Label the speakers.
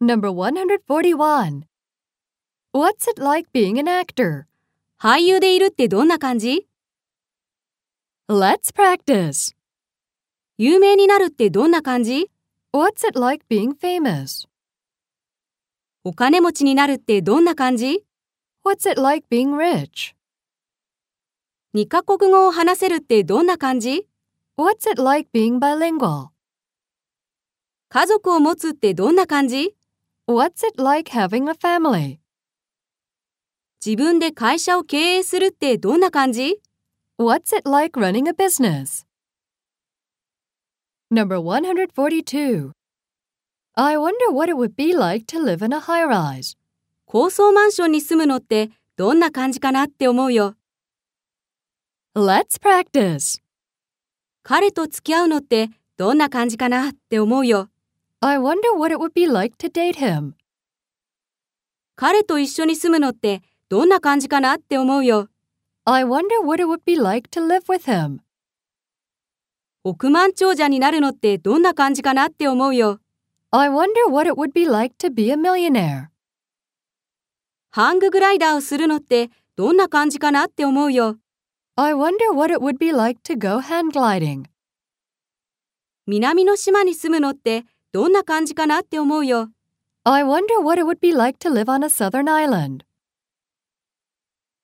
Speaker 1: Number 141. What's it like being an actor?
Speaker 2: 俳優でいるってどんな感じ
Speaker 1: Let's practice.
Speaker 2: 有名になるってどんな感じ
Speaker 1: What's it like being famous?
Speaker 2: お金持ちになるってどんな感じ
Speaker 1: What's it like being rich?
Speaker 2: 二カ国語を話せるってどんな感じ
Speaker 1: What's it like being bilingual?
Speaker 2: 家族を持つってどんな感じ
Speaker 1: What's it like having a family?
Speaker 2: 自分で会社を経営するってどんな感じ
Speaker 1: What's it like running a business? Number 142. I wonder what it would be like to live in a high rise.
Speaker 2: 高層マンションに住むのってどんな感じかなって思うよ。
Speaker 1: Let's practice.
Speaker 2: 彼と付き合うのってどんな感じかなって思うよ。
Speaker 1: I wonder what it would be like to date him.
Speaker 2: 彼と一緒に住むのってどんな感じかなって思うよ。
Speaker 1: I wonder what it would be like to live with him.
Speaker 2: 億万長者になるのってどんな感じかなって思うよ。
Speaker 1: I wonder what it would be like to be a millionaire.
Speaker 2: ハンググライダーをするのってどんな感じかなって思うよ。
Speaker 1: I wonder what it would be like to go hand gliding.
Speaker 2: 南の島に住むのってどんな感じかなって思うよ。
Speaker 1: I wonder what it would be like to live on a southern island.